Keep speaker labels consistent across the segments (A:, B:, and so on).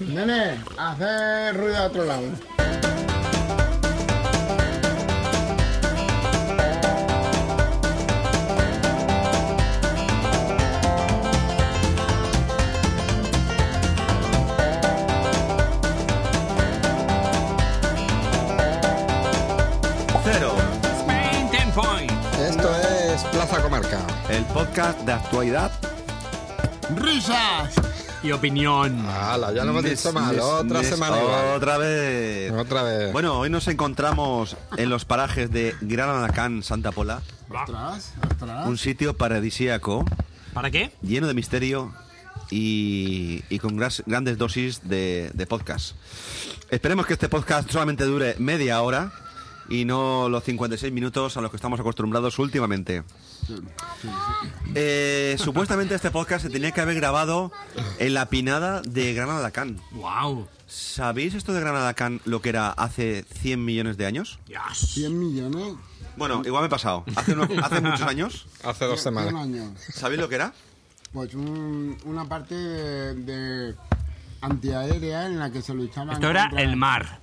A: Nene, hace ruido a otro lado.
B: Cero,
C: Spain 10 Point.
D: Esto es Plaza Comarca.
B: el podcast de actualidad.
A: ¡Risas!
C: Y opinión.
D: Ala, ya lo hemos dicho
B: Des-
D: mal.
B: des-
D: Otra
B: des-
D: semana igual.
B: Otra vez.
D: Otra vez.
B: Bueno, hoy nos encontramos en los parajes de Gran Alacán, Santa Pola,
A: Ostras,
D: Ah.
A: ostras.
B: un sitio paradisíaco,
C: ¿Para qué?
B: lleno de misterio y, y con gras- grandes dosis de, de podcast. Esperemos que este podcast solamente dure media hora y no los 56 minutos a los que estamos acostumbrados últimamente. Eh, supuestamente este podcast se tenía que haber grabado en la pinada de Gran Alacán.
C: Wow.
B: ¿Sabéis esto de Granada Can lo que era hace 100 millones de años?
C: Yes.
A: 100 millones.
B: Bueno, igual me he pasado. Hace, uno- hace muchos años.
D: Hace dos
A: Un
D: semanas.
A: año.
B: ¿Sabéis lo que era?
A: Pues un- una parte de, de antiaérea en la que se luchaban.
C: Esto era
A: contra-
C: el mar.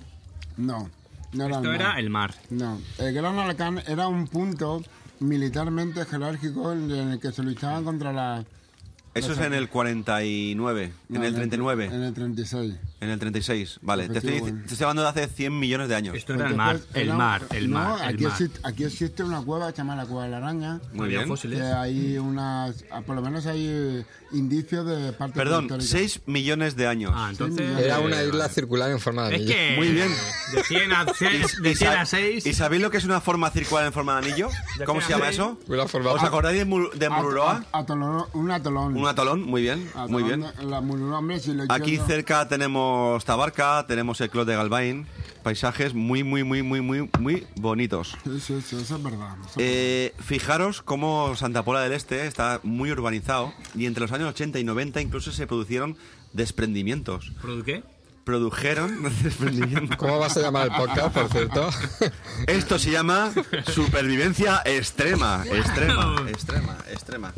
A: No, no era
C: Esto
A: el mar.
C: era el mar.
A: No, el Gran Alacán era un punto militarmente jerárquico en el que se luchaban contra la...
B: Eso es en el 49, en
A: no,
B: el
A: En
B: 39,
A: el 36.
B: en el 36. Vale, te estoy,
A: Efectivo, bueno.
B: te estoy hablando de hace 100 millones de años.
C: Esto era el mar,
A: Entonces, pues,
C: el
A: era-
C: mar, el
A: no,
C: mar, el
A: aquí,
C: mar.
A: Existe, aquí existe una cueva llamada la Cueva de la Araña.
B: Muy
C: Había
B: bien.
A: Que
C: fósiles.
A: hay unas... ah, Por lo menos hay eh, indicios de parte
B: Perdón, 6 millones de años.
C: Ah, entonces.
D: Era
C: eh,
D: una isla circular en forma de
C: Es
D: anillo.
C: que.
B: Muy bien.
C: De 100 a 6. De 100
B: sa-
C: a 6.
B: ¿Y sabéis lo que es una forma circular en forma de anillo?
C: Ya
B: ¿Cómo
C: sé,
B: se llama
C: sí.
B: eso?
D: Una forma-
B: ¿Os acordáis de, Mul-
A: Ah,
B: de Mururoa?
A: un atolón.
B: Un atolón, muy bien,
A: Ah, Atolón
B: muy bien.
A: de- La Mururoa, hombre, si lo
B: Aquí
A: entiendo.
B: cerca tenemos Tabarca, tenemos el Clos de Galvain, paisajes muy, muy, muy, muy, muy, muy bonitos.
A: Sí, sí, sí, eso es verdad. Eso-
B: Eh, fijaros cómo Santa Pola del Este está muy urbanizado y entre los años 80 y 90 incluso se producieron desprendimientos.
C: ¿Produ qué?
B: Produjeron desprendimientos.
D: ¿Cómo vas a llamar el podcast, por cierto?
B: Esto se llama supervivencia extrema, extrema, extrema, extrema.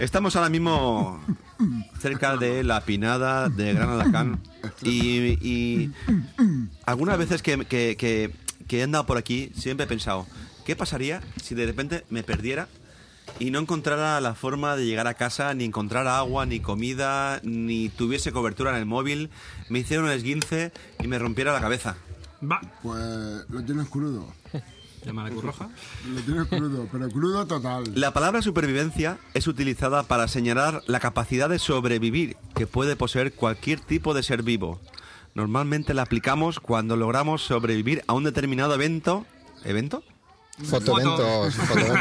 B: Estamos ahora mismo cerca de la pinada de Gran Alacán y, y algunas veces que, que- que- que he andado por aquí siempre he pensado, ¿qué pasaría si de repente me perdiera y no encontrara la forma de llegar a casa, ni encontrar agua, ni comida, ni tuviese cobertura en el móvil, me hiciera un esguince y me rompiera la cabeza?
C: Va.
A: Pues lo tienes crudo.
C: De Malacurroja.
A: Lo tienes crudo, pero crudo total.
B: La palabra supervivencia es utilizada para señalar la capacidad de sobrevivir que puede poseer cualquier tipo de ser vivo. Normalmente la aplicamos cuando logramos sobrevivir a un determinado evento. ¿Evento?
D: Fotoventos. fotoventos.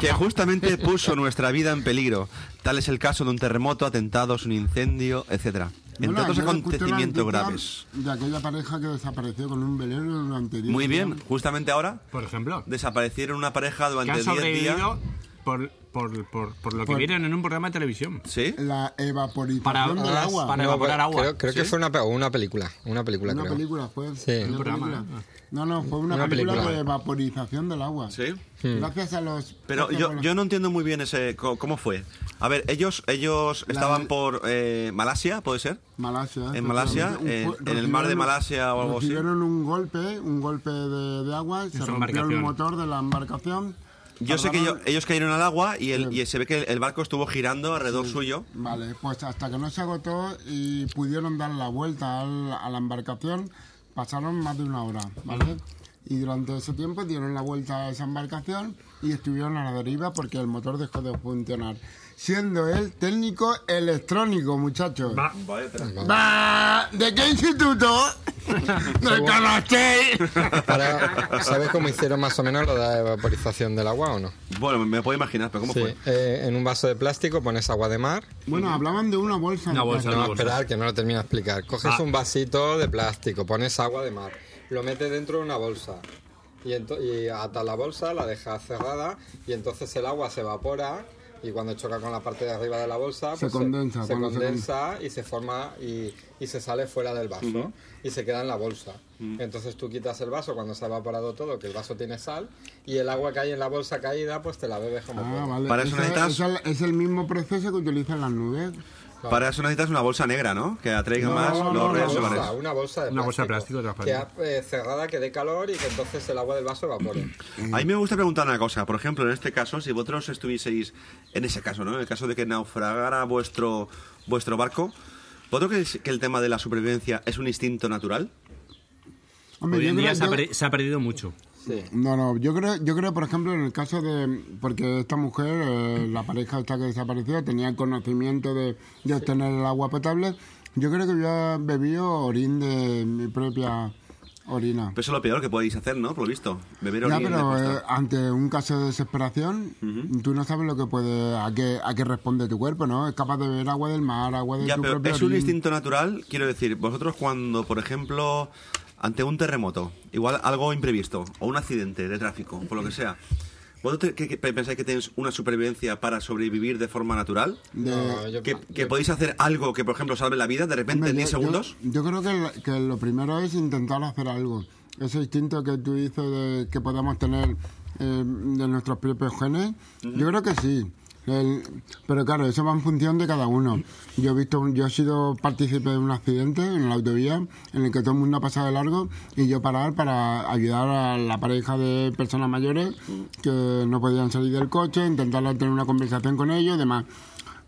B: Que justamente puso nuestra vida en peligro. Tal es el caso de un terremoto, atentados, un incendio, etc. Entre
A: Bueno,
B: otros
A: yo escuché una
B: acontecimientos
A: noticia
B: graves.
A: De aquella pareja que desapareció con un velero durante 10
B: Muy bien,
A: días.
B: justamente ahora
C: Por ejemplo.
B: desaparecieron una pareja
C: Que han
B: durante 10 días.
C: sobrevivido por, por, por, por lo que
A: Por-
C: vieron en un programa de televisión.
B: ¿Sí?
A: La evaporización
C: Para-
A: del
C: para-
A: agua.
C: para-
D: No,
C: evaporar agua,
D: Creo, creo que
C: ¿sí?
D: fue una, pe- una película. Una película,
A: Una
D: creo.
A: película fue.
D: Sí.
A: una
D: Un
C: programa,
A: película. No, no, fue una,
D: Una
A: película,
D: película.
A: de evaporización del agua.
B: Sí.
A: Gracias a los.
B: Pero
A: gracias a
B: yo,
A: los-
B: yo no entiendo muy bien ese co- cómo fue. A ver, ellos ellos estaban por eh, Malasia, ¿puede ser?
A: Malasia.
B: en
A: efectivamente,
B: Malasia,
A: un
B: en-
A: fu-
B: en el mar de
A: recibieron-
B: Malasia o algo así.
A: Recibieron un golpe, un golpe de, de agua, se
C: su
A: rompió el
C: embarcación.
A: motor de la embarcación.
B: Yo sé que
A: tardaron-
B: ello- ellos cayeron al agua y, el, y se ve que el, el barco estuvo girando alrededor suyo.
A: Vale, pues hasta que no se agotó y pudieron dar la vuelta al- a la embarcación, pasaron más de una hora, ¿vale? Y durante ese tiempo dieron la vuelta a esa embarcación y estuvieron a la deriva porque el motor dejó de funcionar. Siendo él técnico electrónico, muchachos.
C: Va.
A: Va, ¿De qué instituto? ¡De Canastei!
D: Para- ¿Sabes cómo hicieron más o menos lo de la evaporización del agua o no?
B: Bueno, me, me puedo imaginar, pero ¿cómo
D: Sí.
B: fue?
D: Eh, en un vaso de plástico pones agua de mar.
A: Bueno, hablaban de una bolsa.
C: Una
A: de
C: bolsa.
A: plástico.
D: No, esperar, que no lo termino de explicar. Coges
C: Ah.
D: un vasito de plástico, pones agua de mar, lo metes dentro de una bolsa y, ento- y atas la bolsa, la dejas cerrada y entonces el agua se evapora y cuando choca con la parte de arriba de la bolsa pues
A: Se condensa,
D: se
A: cuando se
D: condensa y se forma y, y se sale fuera del vaso y se queda en la bolsa.
A: Mm.
D: Entonces tú quitas el vaso cuando se ha evaporado todo, que el vaso tiene sal y el agua que hay en la bolsa caída pues te la bebes como
A: Ah,
D: puedas.
A: vale.
B: Para eso
A: Ese-
B: necesitas-
A: ese Es el, es el mismo proceso que utilizan las nubes.
B: Para eso necesitas una bolsa negra, ¿no? Que atraiga
A: No,
B: más
A: no,
B: los
A: no,
B: rayos
A: no,
B: solares.
D: bolsa, una bolsa de
C: Una bolsa de
D: plástico,
C: plástico
D: que
C: transparente.
D: ha- eh, cerrada que dé calor y que entonces el agua del vaso evapore.
B: A mí me gusta preguntar una cosa. Por ejemplo, en este caso, si vosotros estuvieseis en ese caso, ¿no? En el caso de que naufragara vuestro, vuestro barco, ¿vosotros creéis que el tema de la supervivencia es un instinto natural?
A: Hombre,
C: Hoy
A: yo
C: en
A: creo-
C: día se ha,
A: yo-
C: perdi- se ha perdido mucho.
D: Sí.
A: No, no, yo creo, yo creo, por ejemplo, en el caso de. Porque esta mujer, eh, la pareja esta que desapareció, tenía el conocimiento de, de obtener el agua potable. Yo creo que había bebido orín de mi propia orina.
B: Pero eso es lo peor que podéis hacer, ¿no? Por lo visto. Beber
A: Ya,
B: orina de
A: pero
B: vuestra-
A: eh, ante un caso de desesperación, tú no sabes lo que puede, a qué, a qué responde tu cuerpo, ¿no? Es capaz de beber agua del mar, agua de
B: Ya,
A: tu
B: pero
A: propio
B: es un
A: orín.
B: instinto natural, quiero decir, vosotros cuando, por ejemplo, ante un terremoto, igual algo imprevisto, o un accidente de tráfico, por lo que sea, ¿vosotros qué- qué pensáis que tenéis una supervivencia para sobrevivir de forma natural?
D: No, yo-
B: ¿Que, que podéis hacer algo que, por ejemplo, salve la vida de
A: Hombre,
B: repente en 10
A: yo- yo-
B: segundos?
A: Yo, creo que, la- que lo primero es intentar hacer algo. Ese instinto que tú dices de que podamos tener eh, de nuestros propios genes, yo creo que sí. El- pero claro, eso va en función de cada uno. Yo he visto, un- yo he sido partícipe de un accidente en la autovía en el que todo el mundo ha pasado de largo y yo parar para ayudar a la pareja de personas mayores que no podían salir del coche, intentar tener una conversación con ellos y demás.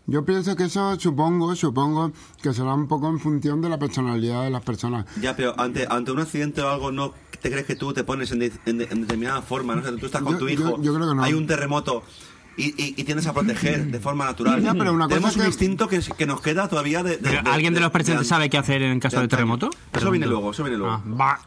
A: Yo pienso que eso, supongo, supongo que será un poco en función de la personalidad de las personas.
B: Ya, pero ante, ante un accidente o algo, ¿no te crees que tú te pones en, de- en de- en determinada forma? ¿no? O sea, tú estás con
A: Yo-
B: tu
A: yo-
B: hijo,
A: yo creo que no.
B: hay un terremoto y, y- y tiendes a proteger de forma natural.
A: Ya, pero una cosa
B: Tenemos
A: es
B: un
A: que-
B: instinto que, es- que nos queda todavía de... de-
C: ¿Pero
B: de-
C: alguien de los presentes
B: de-
C: sabe qué hacer en caso
B: de
C: de terremoto?
B: Eso viene luego, eso viene luego.
C: Ah, va.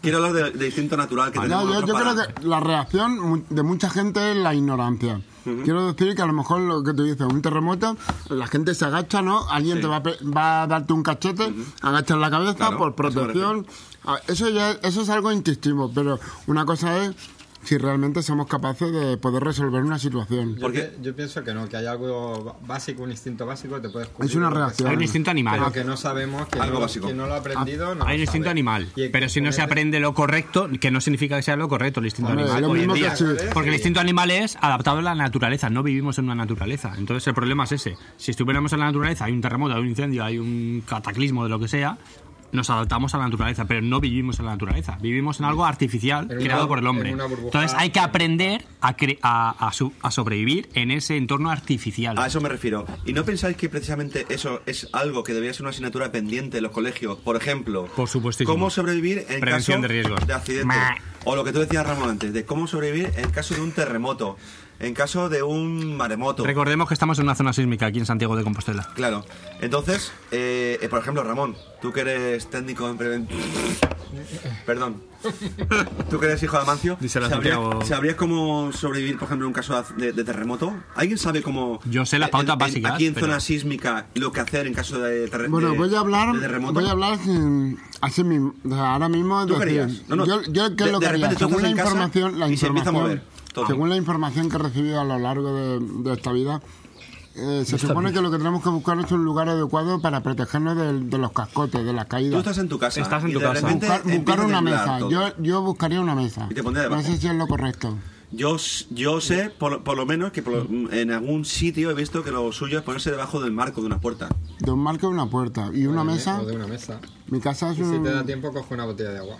B: Quiero hablar de, de instinto natural que
A: Ah, Ya,
B: tenemos.
A: yo, yo
B: nosotros
A: creo
B: para-
A: que la reacción mu- de mucha gente es la ignorancia. Quiero decir que a lo mejor lo que tú dices, un terremoto, la gente se agacha, ¿no? Alguien te va a, pe- va a darte un cachete, agachas la cabeza
B: Claro,
A: por
B: eso me
A: protección. Ah, Eso, ya, eso es algo instintivo, pero una cosa es si realmente somos capaces de poder resolver una situación.
D: Yo,
B: Porque-
D: pi- yo pienso que no, que hay algo ba- básico, un instinto básico, te puedes
A: Es una reacción.
C: Hay un instinto animal. Ah,
D: Pero que no sabemos, que,
B: Algo
D: no,
B: básico.
D: que no lo ha aprendido. no
C: Hay un
D: lo
C: instinto
D: sabe.
C: animal.
D: Y el
C: Pero si no se
D: componente-
C: aprende lo correcto, que no significa que sea lo correcto el instinto
A: Hombre,
C: animal.
A: lo
C: hoy en
A: mismo que
C: día.
A: sí.
C: Porque el instinto animal es adaptado a la naturaleza, no vivimos en una naturaleza. Entonces el problema es ese. Si estuviéramos en la naturaleza, hay un terremoto, hay un incendio, hay un cataclismo de lo que sea, nos adaptamos a la naturaleza, pero no vivimos en la naturaleza. Vivimos en algo artificial
D: En una-
C: creado por el hombre.
D: en una burbuja.
C: Entonces hay que aprender a, cre- a, a su- a sobrevivir en ese entorno artificial.
B: A eso me refiero. ¿Y no pensáis que precisamente eso es algo que debería ser una asignatura pendiente en los colegios? Por ejemplo,
C: Por supuestísimo.
B: ¿cómo sobrevivir en
C: Prevención
B: caso
C: de riesgos.
B: de accidentes?
C: Meh.
B: O lo que tú decías, Ramón, antes, de cómo sobrevivir en caso de un terremoto, en caso de un maremoto.
C: Recordemos que estamos en una zona sísmica aquí en Santiago de Compostela.
B: Claro. Entonces, eh, eh, por ejemplo, Ramón, tú que eres técnico en prevención. Perdón. Tú que eres hijo de Amancio.
C: Díselo a
B: ¿sabrías,
C: Santiago.
B: sabrías cómo sobrevivir, por ejemplo, en un caso de, de terremoto? ¿Alguien sabe cómo.
C: Yo sé las
B: en-
C: pautas
B: en-
C: básicas,
B: Aquí en
C: pero-
B: zona sísmica, lo que hacer en caso de, terremoto.
A: Bueno, voy a hablar,
B: De terremoto.
A: voy a hablar sin- así mismo, o sea, ahora mismo. es
B: ¿Tú qué
A: decir,
B: harías? No, no,
A: Yo, yo qué
B: de-
A: es lo
B: de
A: que haría.
B: repente tú
A: Según la
B: estás en casa
A: información, la
B: y se empieza a
A: información,
B: mover todo.
A: según la información que he recibido a lo largo de, de esta vida, eh, se supone que lo que tenemos que buscar es un lugar adecuado para protegernos del- de, los cascotes, de las
B: Tú
A: caídas.
B: estás en tu casa.
C: Estás en
B: y
C: tu
B: de
C: casa.
B: repente
A: Buscar, buscar
B: empieza a
A: una
B: temblar
A: mesa.
B: todo.
A: Yo, yo buscaría una mesa.
B: Y te pondría
A: no
B: debajo.
A: sé si es lo correcto.
B: Yo, s- yo sé, por, por lo menos, que por lo- en algún sitio he visto que lo suyo es ponerse debajo del marco de una puerta.
A: De un marco y una puerta. Y una
D: O de-
A: mesa.
D: o de una mesa.
A: Mi casa es
D: Y si te da
C: mm.
A: un.
D: tiempo, coge una botella de agua.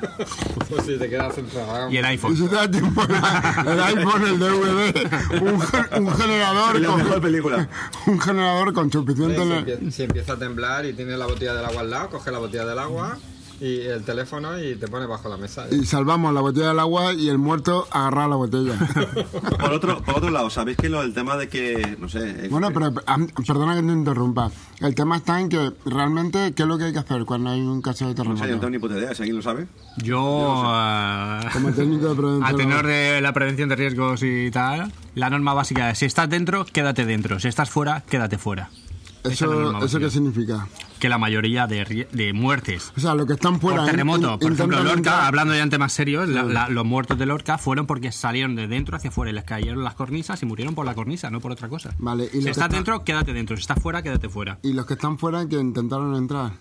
D: o si te quedas encerrado.
C: Y el
A: Y
C: iPhone.
A: si te da tiempo, el iPhone, el DVD, un, gen- un generador
B: La
A: con,
B: mejor película.
A: un generador con
D: Si,
A: suficiente ener-
D: empie- si empieza a temblar y tienes la botella del agua al lado, coge la botella del agua y el teléfono y te pones bajo la mesa.
A: y salvamos la botella del agua y el muerto agarra la botella.
B: Por otro, por otro lado, ¿sabéis que lo, el tema de que, no sé... eh,
A: bueno, pero am- perdona que te interrumpa. El tema está en que realmente qué es lo que hay que hacer cuando hay un caso de
B: no sé, yo no tengo
A: terremoto.
B: ni puta idea, si alguien lo sabe.
C: Yo,
A: Como técnico de
C: eh, a
A: prevención.
C: tenor de la prevención de riesgos y tal, la norma básica es, si estás dentro, quédate dentro. Si estás fuera, quédate fuera. Esa es la norma
A: ¿Eso, ¿eso
C: básica.
A: qué significa?
C: Que la mayoría de, rie- de muertes
A: O sea, lo que están fuera...
C: por
A: in-
C: terremoto,
A: in-
C: por ejemplo,
A: intentan
C: Lorca,
A: entrar-
C: hablando de antes más serios, la- la- los muertos de Lorca fueron porque salieron de dentro hacia afuera y les cayeron las cornisas y murieron por la cornisa, no por otra cosa.
A: Vale, y
C: si
A: los que
C: estás
A: están-
C: dentro, quédate dentro. Si estás fuera, quédate fuera.
A: Y los que están fuera que intentaron entrar.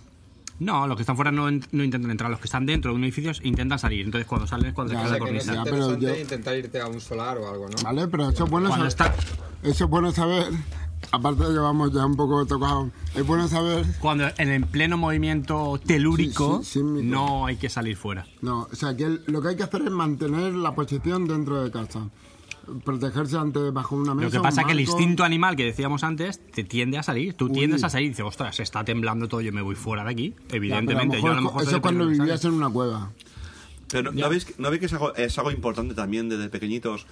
C: No, los que están fuera no, en- no intentan entrar. Los que están dentro de un edificio intentan salir. Entonces, cuando salen es cuando
A: Ya,
C: les
D: o
C: cae la
D: sea que no es
A: Ya,
C: cornisa.
A: pero
D: interesante
A: yo-
D: intentar irte a un solar o algo, ¿no?
A: Vale, pero eso es bueno
C: Cuando
A: saber.
C: está-
A: Eso es bueno saber. aparte de que vamos ya un poco tocados, es bueno saber.
C: Cuando en el pleno movimiento telúrico
A: Sí, sí, sísmico.
C: no hay que salir fuera.
A: No, o sea, que el- lo que hay que hacer es mantener la posición dentro de casa. Protegerse ante bajo una mesa.
C: Lo que
A: un
C: pasa es que el
A: banco.
C: instinto animal que decíamos antes te tiende a salir. Tú tiendes a salir y dices, ostras, se está temblando todo, yo me voy fuera de aquí.
A: Ya, pero
C: Evidentemente, yo a lo mejor...
A: Eso
C: soy
A: es cuando
C: de-
A: vivías en una cueva.
B: Pero ¿no veis, que- ¿no veis que es algo, es algo importante también desde pequeñitos?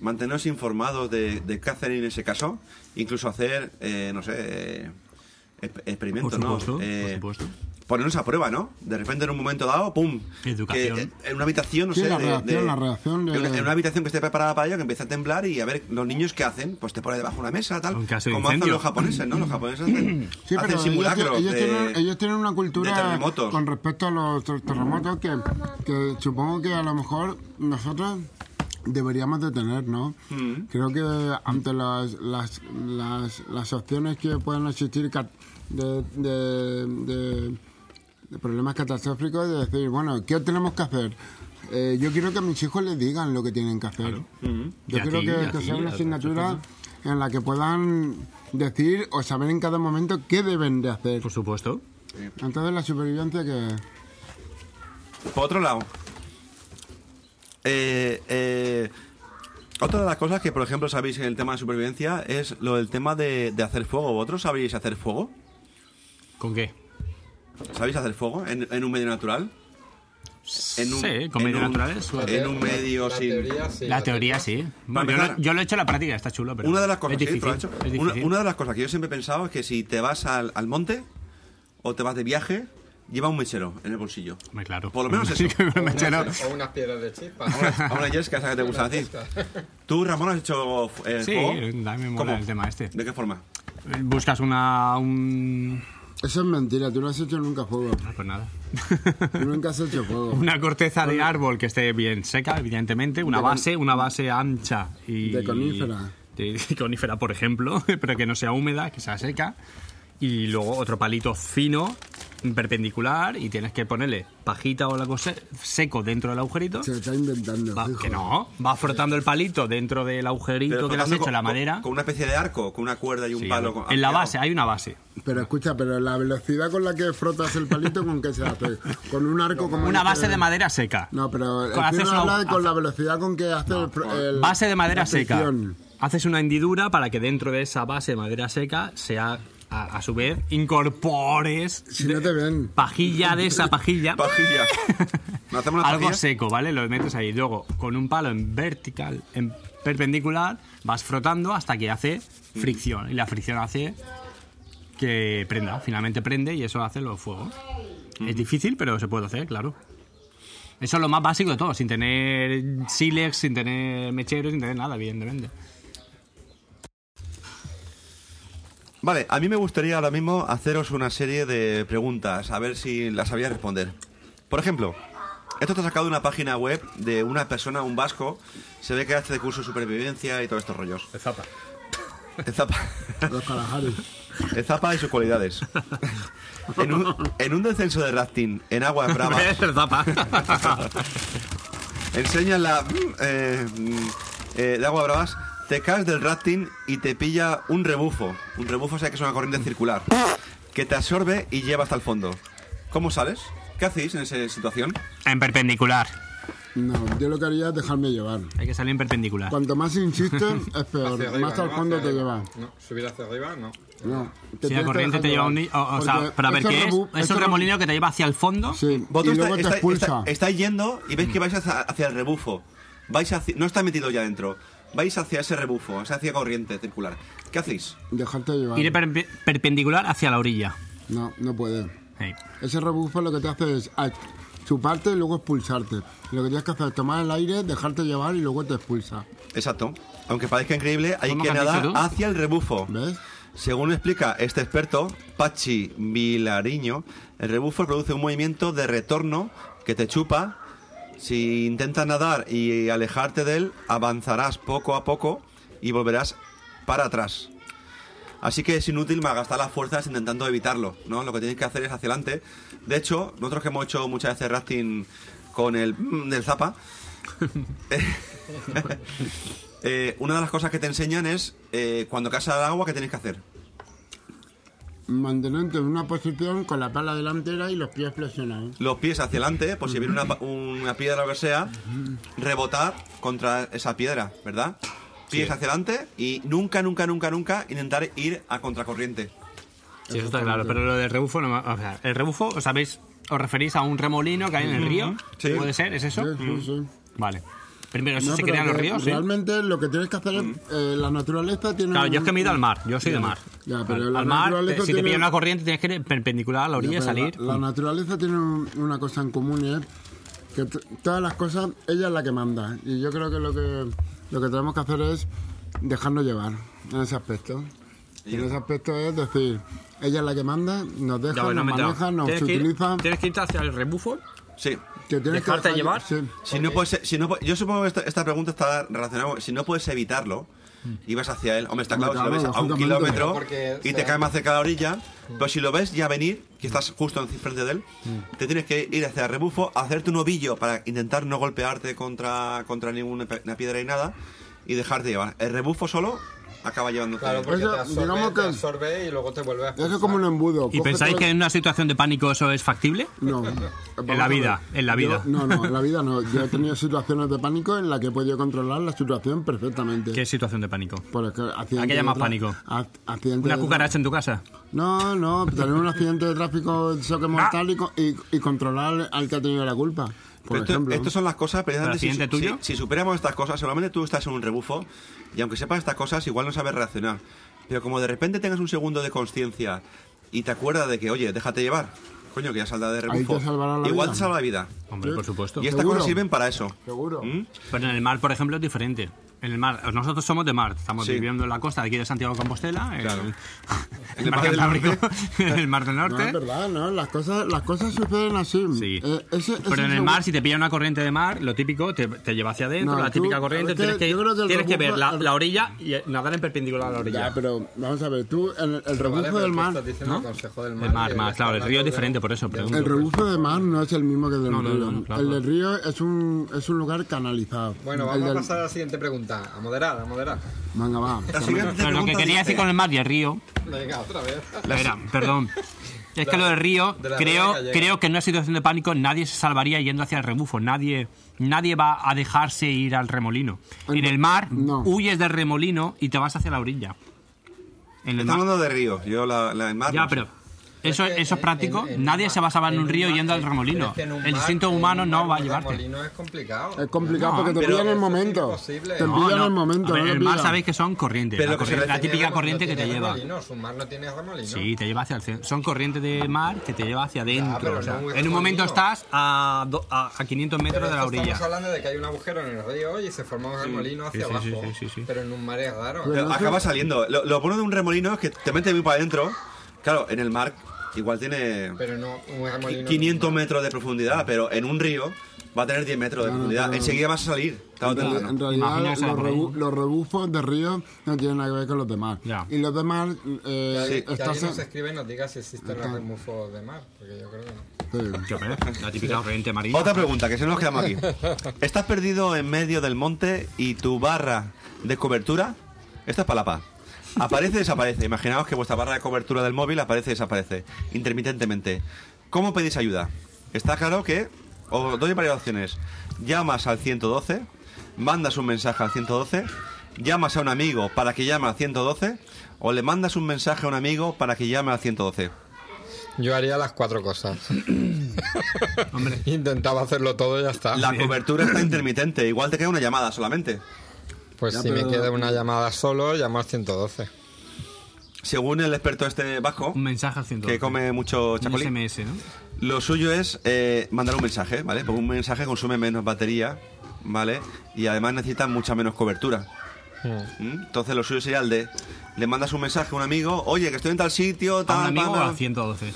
B: Mantenerse informados de, de qué hacer en ese caso, incluso hacer, eh, no sé, eh, exp- experimentos,
C: Por supuesto,
B: ¿no? Eh,
C: por supuesto.
B: Ponernos a prueba, ¿no? De repente en un momento dado, ¡pum!
C: Educación.
B: Que, eh, en una habitación, no
A: Sí,
B: sé,
A: la
B: de-
A: reacción,
B: de-
A: la reacción de-
B: En, una, en una habitación que esté preparada para ello, que empiece a temblar y a ver los niños qué hacen, pues te pone debajo de una mesa, tal.
C: Un caso de
B: como hacen
C: incendio.
B: los japoneses, ¿no? Los japoneses hacen,
A: Sí,
B: hacen
A: pero ellos,
B: simulacros
A: ellos
B: de-
A: tienen, ellos tienen una
B: de
A: cultura
B: terremotos.
A: con respecto a los ter- terremotos que, que supongo que a lo mejor nosotros deberíamos de tener, ¿no?
B: Mm.
A: Creo que ante las, las, las, las opciones que pueden existir cat- de, de- de- de problemas catastróficos, de decir, bueno, ¿qué tenemos que hacer? Eh, yo quiero que a mis hijos les digan lo que tienen que hacer.
B: Mm.
A: Yo
C: Y a
A: creo
C: ti,
A: que,
C: y a
A: que
C: ti,
A: sea una
C: a- a-
A: asignatura en la que puedan decir o saber en cada momento qué deben de hacer.
C: Por supuesto.
A: Entonces la supervivencia que...
B: Por otro lado, eh, eh, otra de las cosas que, por ejemplo, sabéis en el tema de supervivencia es lo del tema de, de hacer fuego. ¿Vosotros sabéis hacer fuego?
C: ¿Con qué?
B: ¿Sabéis hacer fuego en, en un medio natural? En
C: Sí, con
B: en
C: medios
B: un-
C: naturales.
D: La
B: En
D: teo-
B: un medio
D: la
B: sin...
D: Teoría, sí,
C: La teoría sí. Bueno, yo,
B: empezar-
C: lo, yo lo he hecho en la práctica, está chulo, pero...
B: una de las cosas
C: es
B: sí,
C: difícil,
B: lo ha hecho.
C: es
B: Una,
C: difícil.
B: una de las cosas que yo siempre he pensado es que si te vas al, al monte o te vas de viaje, lleva un mechero en el bolsillo.
C: Hombre, claro.
B: Por lo menos eso.
C: Que me lo
D: O
C: me
D: unas-
C: echaron.
D: O unas piedras de chispa.
B: A una yesca esa que te gusta a ti. ¿Tú, Ramón, has hecho eh,
C: Sí,
B: fuego?
C: a mí me mola
B: ¿Cómo?
C: el tema este.
B: ¿De qué forma?
C: Buscas una... un-
A: Eso es mentira, tú no has hecho nunca fuego.
C: Ah, Pues nada.
A: Tú nunca has hecho fuego.
C: Una corteza de árbol que esté bien seca, evidentemente. Una base, una base ancha y...
A: De conífera.
C: De de conífera, por ejemplo, pero que no sea húmeda, que sea seca. Y luego otro palito fino, perpendicular, y tienes que ponerle pajita o la cosa seco dentro del agujerito.
A: Se está inventando.
C: Va-
A: hijo.
C: que no, va frotando el palito dentro del agujerito
B: Pero
C: que le has
B: tocando
C: hecho en la
B: con-
C: madera.
B: Con, con una especie de arco, con una cuerda y un
C: Sí,
B: palo. con-
C: en la
B: afiado.
C: base, hay una base.
A: Pero escucha, pero la velocidad con la que frotas el palito, ¿con qué se hace? Con un arco como...
C: Una
A: este?
C: base de madera seca.
A: No, pero el
C: Con- haces
A: tío
C: una-
A: habla de con
C: hace-
A: la velocidad con que hace el, pro- el-
C: Base de madera
A: la
C: seca.
A: fricción.
C: Haces una hendidura para que dentro de esa base de madera seca sea, a, a su vez, incorpores
A: Si no te ven.
C: pajilla de esa pajilla.
B: Pajilla. ¿No hacemos una
C: Algo
B: pajilla?
C: seco, ¿vale? Lo metes ahí. Luego, con un palo en vertical, en perpendicular, vas frotando hasta que hace fricción. Y la fricción hace que prenda. Finalmente prende y eso hace los fuegos.
B: Mm.
C: Es difícil, pero se puede hacer, claro. Eso es lo más básico de todo, sin tener sílex, sin tener mecheros, sin tener nada, evidentemente.
B: Vale, a mí me gustaría ahora mismo haceros una serie de preguntas, a ver si las sabía responder. Por ejemplo, esto está sacado de una página web de una persona, un vasco, se ve que hace de curso de supervivencia y todos estos rollos.
C: De zapa.
B: El Zapa,
A: Los Kalahari.
B: el Zapa y sus cualidades. En un, en un descenso de rafting en aguas bravas,
C: zapa.
B: enseña la mm, eh, mm, eh, de agua bravas, te caes del rafting y te pilla un rebufo. Un rebufo, o sea que es una corriente circular que te absorbe y lleva hasta el fondo. ¿Cómo sales? ¿Qué hacéis en esa situación?
C: en perpendicular.
A: No, yo lo que haría es dejarme llevar.
C: Hay que salir en perpendicular.
A: Cuanto más insistes, es peor.
D: Hacia arriba,
A: más al
D: ¿no?
A: fondo
D: Hacia
A: te
D: arriba.
A: lleva.
D: No, subir hacia arriba, no.
A: No,
C: Si la
A: tienes que
C: corriente
A: dejar
C: te lleva un... ni-
A: llevar.
C: o- o sea,
A: Porque
C: para ver
A: ese
C: qué es,
A: rebu-
C: es
A: ese
C: un
A: rebu-
C: remolino que te lleva hacia el fondo.
A: Sí, y
B: Vosotros
A: luego
B: está-
A: te
B: está-
A: expulsa.
B: está- estáis yendo y veis que vais hacia, hacia el rebufo. Vais hacia- no está metido ya dentro. Vais hacia ese rebufo, o sea, hacia corriente circular. ¿Qué hacéis?
A: Dejarte llevar.
C: Ir per- perpendicular hacia la orilla.
A: No, no puede.
C: Hey.
A: Ese rebufo lo que te hace es a- chuparte y luego expulsarte. Lo que tienes que hacer es tomar el aire, dejarte llevar y luego te expulsa.
B: Exacto. Aunque parezca increíble, hay
C: ¿Cómo
B: que
C: que has
B: nadar
C: dicho tú?
B: hacia el rebufo.
A: ¿Ves?
B: Según explica este experto, Pachi Vilariño, el rebufo produce un movimiento de retorno que te chupa. Si intentas nadar y alejarte de él, avanzarás poco a poco y volverás para atrás. Así que es inútil malgastar las fuerzas intentando evitarlo, ¿no? Lo que tienes que hacer es hacia adelante. De hecho, nosotros que hemos hecho muchas veces rafting con el mm, del Zapa, Eh, una de las cosas que te enseñan es eh, cuando casa el agua, ¿qué tenéis que hacer?
A: Mantenerte en una posición con la pala delantera y los pies flexionados.
B: Los pies hacia adelante, por si viene una, pa- una piedra o lo que sea, rebotar contra esa piedra, ¿verdad? Pies hacia adelante y nunca, nunca, nunca, nunca intentar ir a contracorriente.
C: Sí, eso está claro, pero lo del rebufo no me- O sea, el rebufo, ¿os sabéis? ¿Os referís a un remolino que hay en el río?
B: Sí.
C: ¿Puede ser? ¿Es eso?
A: Sí, sí,
C: Mm.
A: sí.
C: Vale. Primero, ¿eso
A: No,
C: se
A: pero
C: crean los
A: que
C: ríos? sí?
A: Realmente lo que tienes que hacer es. eh, la naturaleza tiene.
C: Claro, yo es que me he ido al
A: un-
C: mar, yo soy de mar.
A: Ya, pero
C: al,
A: la
C: al mar,
A: naturaleza
C: te- si te
A: tiene-
C: pilla una corriente, tienes que ir perpendicular a la orilla
A: Ya,
C: y
A: pero
C: salir.
A: La, la naturaleza tiene un- una cosa en común y es que t- todas las cosas, ella es la que manda. Y yo creo que lo que, lo que tenemos que hacer es dejarnos llevar en ese aspecto. Y en ese aspecto es decir, ella es la que manda, nos deja,
C: Ya,
A: nos
C: bueno, me he enterado.
A: maneja, nos
C: tienes, que ir,
A: utiliza.
C: tienes que irte hacia el rebufo.
B: Sí.
A: que tienes que
C: dejarte llevar.
A: sí.
B: Si no puedes, si no, pu- yo supongo que esta, esta pregunta está relacionada. con- Si no puedes evitarlo,
D: Mm.
B: y vas hacia él. Hombre, está claro, si lo
A: Hombre,
B: ves
A: claro,
B: a un
A: lógicamente.
B: kilómetro
D: Porque, o
B: y te
D: sea- Mm.
B: cae más cerca de la orilla, pero si lo ves ya venir, que estás justo en- frente de él,
D: Mm.
B: te tienes que ir hacia el rebufo, hacerte un ovillo para intentar no golpearte contra, contra ninguna pe- una piedra y nada, y dejarte llevar. El rebufo solo acaba llevándote.
D: Claro, porque
A: Eso,
D: te, absorbe,
A: digamos
D: te
A: que-
D: absorbe y luego te vuelve a
A: Eso
D: expulsar.
A: es como un embudo.
C: ¿Y
A: Coge
C: pensáis
A: todo-
C: que en una situación de pánico eso es factible?
A: No. Vamos
C: la
A: a ver.
C: vida, en la
A: Yo-
C: vida.
A: no, no, en la vida no. Yo he tenido situaciones de pánico en las que he podido controlar la situación perfectamente.
C: ¿Qué situación de pánico?
A: Por el que- accidente
C: Aquella
A: de
C: más
A: tra-
C: pánico.
A: ac- accidente
C: ¿Una
A: de tra-
C: cucaracha en tu casa?
A: No, no, pues tener un accidente de tráfico, el
C: Ah.
A: choque mortal y co- y, y controlar al que ha tenido la culpa. Por
B: Pero esto-
A: ejemplo,
B: estas son las cosas, pero antes, si,
C: accidente
B: si-
C: tuyo?
B: si superamos estas cosas, seguramente tú estás en un rebufo y aunque sepas estas cosas, igual no sabes reaccionar. Pero como de repente tengas un segundo de conciencia y te acuerdas de que, oye, déjate llevar, coño, que ya salda de rebufo,
A: te salvará la
B: igual
A: vida.
B: te salva la vida.
C: Hombre, por supuesto.
B: Y estas
A: Seguro.
B: cosas sirven para eso.
C: ¿Mm?
B: ¿Mm?
A: seguro.
C: Pero en el mar, por ejemplo, es diferente. En el mar, nosotros somos de mar, estamos
B: Sí.
C: viviendo en la costa de aquí de Santiago de Compostela, en
B: Claro.
C: el, mar Cantábrico, en el mar del
A: No,
C: norte.
A: es verdad, ¿no? Las cosas, las cosas suceden así.
C: Sí.
A: Eh, ese- ese
C: Pero en el
A: seguro-
C: mar, si te pilla una corriente de mar, lo típico, te, te lleva hacia adentro,
A: No,
C: la
A: tú-
C: típica corriente,
A: es que
C: tienes que,
A: yo creo que el
C: tienes que ver
A: rebufo-
C: la,
A: el-
C: la orilla y eh, nadar en perpendicular a la orilla.
A: Ya, pero vamos a ver, tú, el, el
D: Vale,
A: rebufo
D: pero
A: del
D: tú
A: mar.
D: estás diciendo el consejo del mar.
C: El mar,
D: y
C: mar,
D: estás
C: claro, el río es
D: hablando de-
C: diferente, por eso
D: de
C: pregunto.
A: El rebufo del mar no es el mismo que el del
C: No, no,
A: río.
C: no, no, claro,
A: el del
C: claro.
A: río es un, es un lugar canalizado.
D: Bueno,
A: El
D: vamos
A: del-
D: a pasar a la siguiente pregunta. A moderar, a moderar.
A: Venga, va.
B: La siguiente
C: No, lo que
B: pregunta
C: quería
B: dice,
C: decir con el mar y el río,
D: Venga, otra vez.
C: era, perdón. Es que lo del río,
D: de la
C: creo,
D: Rebeca llega.
C: creo que en una situación de pánico nadie se salvaría yendo hacia el rebufo. Nadie, nadie va a dejarse ir al remolino. En el mar,
A: No.
C: huyes del remolino y te vas hacia la orilla. En el
B: Estamos
C: mar.
B: hablando de ríos, yo la, la el mar
C: Ya,
B: no sé.
C: pero. Eso,
D: que
C: eso es
D: en-
C: práctico.
D: en- en
C: Nadie
D: mar-
C: se va a salvar en un río
D: mar-
C: yendo al remolino.
D: es que en un
C: el
D: mar-
C: instinto
D: en un
C: humano no
D: mar
C: va a
D: un
C: llevarte.
D: remolino es complicado.
A: Es complicado
C: No,
A: porque te
B: pero
A: pillan en el
D: eso es
A: momento.
D: imposible.
A: Te
D: No,
A: pillan en
C: no.
A: el momento. eh,
C: A ver,
A: no te
C: el mar
A: pillan.
C: sabéis que son corrientes.
B: Pero
C: la,
B: lo que se
C: corriente- la
B: refiere-
C: típica
D: Tiene remo-
C: corriente
D: no
C: que te
D: tiene
C: lleva.
D: remolinos, un mar no tiene remolino.
C: Sí, te lleva hacia el centro. Son corrientes de mar que te lleva hacia adentro.
D: pero
C: o sea,
D: no es
C: en un momento
D: remolino.
C: estás a, do- a, a 500
D: Pero
C: metros de la
D: esto
C: orilla.
D: Estamos hablando de que hay un agujero en el río y se forma un remolino hacia
C: Sí, sí, sí,
D: abajo.
C: sí, sí, sí.
D: Pero en un mar es raro.
A: Pero-
B: Pero acaba saliendo. Lo, lo bueno de un remolino es que te mete muy para adentro. Claro, en el mar igual tiene
D: Pero no, un remolino.
B: 500 metros de profundidad, pero en un río va a tener 10 metros de profundidad. Enseguida vas a salir. tarde o
A: En reali-
B: temprano.
A: En
C: Imagino
A: realidad,
C: esa
A: los,
C: por ahí.
A: rebu- los rebufos de río no tienen nada que ver con los demás.
C: Ya.
A: Y los demás, eh,
D: Que, que
A: estás
D: alguien nos
A: en-
D: escribe y nos diga si existen los remufos de mar. Porque yo creo que no.
A: sí.
C: Yo, pero, La típica corriente marina.
B: Otra pregunta, que si no nos quedamos aquí. Estás perdido en medio del monte y tu barra de cobertura. Esta es para la paz. Aparece y desaparece. Imaginaos que vuestra barra de cobertura del móvil aparece y desaparece intermitentemente. ¿Cómo pedís ayuda? Está claro que os doy varias opciones. Llamas al 112, mandas un mensaje al 112, llamas a un amigo para que llame al 112 o le mandas un mensaje a un amigo para que llame al 112.
D: Yo haría las cuatro cosas. Intentaba hacerlo todo y ya está.
B: La cobertura está intermitente, igual te queda una llamada solamente.
D: Pues
A: Ya,
D: si
A: pero-
D: me queda una llamada solo, llamo al 112.
B: Según el experto este vasco,
C: Un mensaje al 100.
B: que come mucho
C: Un
B: chacolí,
C: SMS, Mm, ¿no?
B: lo suyo es eh, mandar un mensaje, ¿vale? Porque un mensaje consume menos batería, ¿vale? Y además necesita mucha menos cobertura. ¿Mm? Entonces lo suyo sería el de... Le mandas un mensaje a un amigo, oye, que estoy en tal sitio,
C: A
B: tal...
C: un amigo
B: tal,
C: o
B: tal".
C: al 112.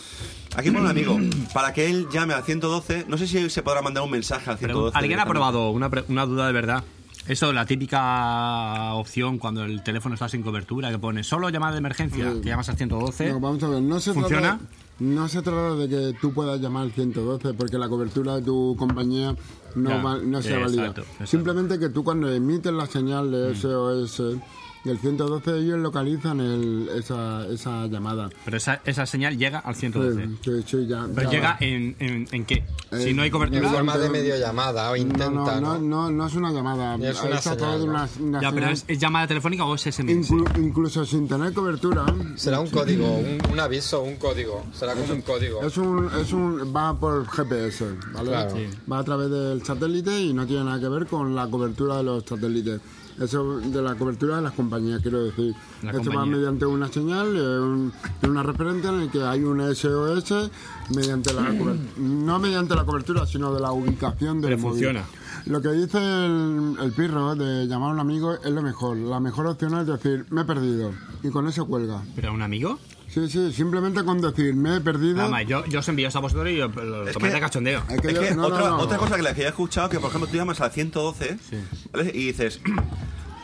B: Aquí pone un amigo, para que él llame al 112, no sé si se podrá mandar un mensaje al
C: Pregun-
B: 112.
C: ¿Alguien ha
B: directamente.
C: probado una, pre- una duda de verdad? Eso, la típica opción cuando el teléfono está sin cobertura, que pone solo llamada de emergencia, que llamas al 112.
A: No, vamos a ver, no se
C: ¿Funciona?
A: trata... No se trata de que tú puedas llamar al 112 porque la cobertura de tu compañía no,
C: Ya,
A: va- no sea
C: exacto,
A: válida.
C: exacto. Mm.
A: Simplemente que tú cuando emites la señal de SOS del 112 ellos localizan el- esa, esa llamada.
C: Pero esa, esa señal llega al 112.
A: Sí, sí, sí, ya-
C: Pero
A: Mm. ya
C: llega
A: va.
C: en, en, en qué? Si
A: Eh,
C: no hay
D: En
C: cobertura.
A: Claro.
D: forma de medio llamada o
A: No,
D: intenta,
A: no, no, no, no es una llamada.
D: Es
A: Ahí
D: una
A: está a
D: señal,
A: través de
D: ¿no?
A: una- una
C: Ya, pero
A: señal.
C: ¿es, es llamada telefónica o es SMS?
A: Inclu- incluso sin tener cobertura,
D: Será un código, un, un aviso, un código. Será como un código.
A: Es un, es un, va por GPS, ¿vale?
D: Claro. Sí.
A: Va a través del satélite y no tiene nada que ver con la cobertura de los satélites. Eso de la cobertura de las compañías, quiero decir.
C: La
A: Esto va
C: compañía.
A: mediante una señal, eh, un- una referencia en el que hay un SOS mediante la cober- no mediante la cobertura, sino de la ubicación del
C: Pero
A: móvil.
C: funciona.
A: Lo que dice el, el pirro de llamar a un amigo es lo mejor. La mejor opción es decir, me he perdido. Y con eso cuelga.
C: ¿Pero un amigo?
A: Sí, sí, simplemente con decir, me he perdido.
C: Nada más, yo, yo os envío eso a vosotros y yo pues, lo
B: Es
C: tomáis
B: que-
C: de cachondeo.
A: Es que
B: Es
A: yo-
B: que
A: no, no,
B: otra,
A: no.
B: otra cosa que la que ya he escuchado, que por ejemplo tú llamas al 112 ¿vale? y dices,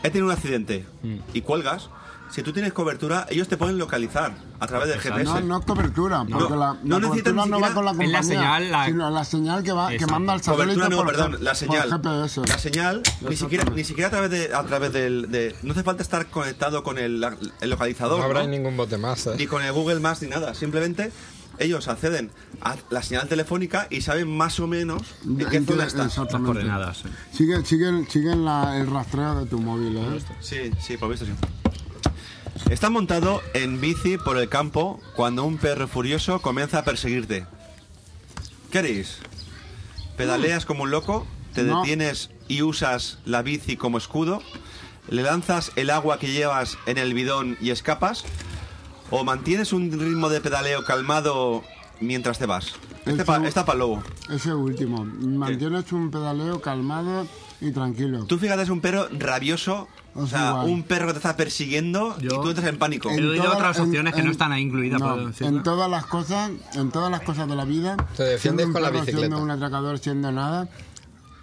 B: he tenido un accidente
A: Mm.
B: y cuelgas, si tú tienes cobertura, ellos te pueden localizar a través del
C: Exacto.
B: GPS.
A: No, no es cobertura, porque la,
B: No
A: la
B: necesitan
A: cobertura
B: ni
A: no va
B: siquiera-
A: con la
C: es
A: compañía,
C: la señal, la-
A: sino la señal que, va, que
C: Exacto.
A: manda el satélite
B: Cobertura no,
A: por,
B: perdón, la
A: por
B: señal.
A: GPS.
B: La señal, ni siquiera, ni siquiera a través, de, a través del. de- no hace falta estar conectado con el, la- el localizador.
D: No habrá
B: ¿no?
D: ningún bote más, ¿eh?
B: ni con el Google Maps ni nada. Simplemente ellos acceden a la señal telefónica y saben más o menos en qué zona está.
A: Exactamente.
C: coordenadas.
A: Sigue, sigue, sigue en la- el rastreo de tu móvil, ¿eh?
B: Sí, sí, por visto sí. Está montado en bici por el campo cuando un perro furioso comienza a perseguirte. ¿Qué haréis? ¿Pedaleas como un loco? ¿Te
A: Mm. No.
B: detienes y usas la bici como escudo? ¿Le lanzas el agua que llevas en el bidón y escapas? ¿O mantienes un ritmo de pedaleo calmado mientras te vas? Este pa-
A: Eso-
B: está para lobo.
A: Ese último. Mantienes un pedaleo calmado y tranquilo.
B: Tú fíjate, es un perro rabioso. O
A: Es
B: sea,
A: igual.
B: un perro que te está persiguiendo y
C: Yo-
B: tú entras en pánico.
C: He oído otras opciones que no están ahí incluidas,
A: no,
C: puedo decirlo.
A: en todas las cosas, en todas las cosas de la vida.
D: Te defiendes
A: siendo un
D: con la
A: perro,
D: bicicleta.
A: Siendo un atracador, siendo nada.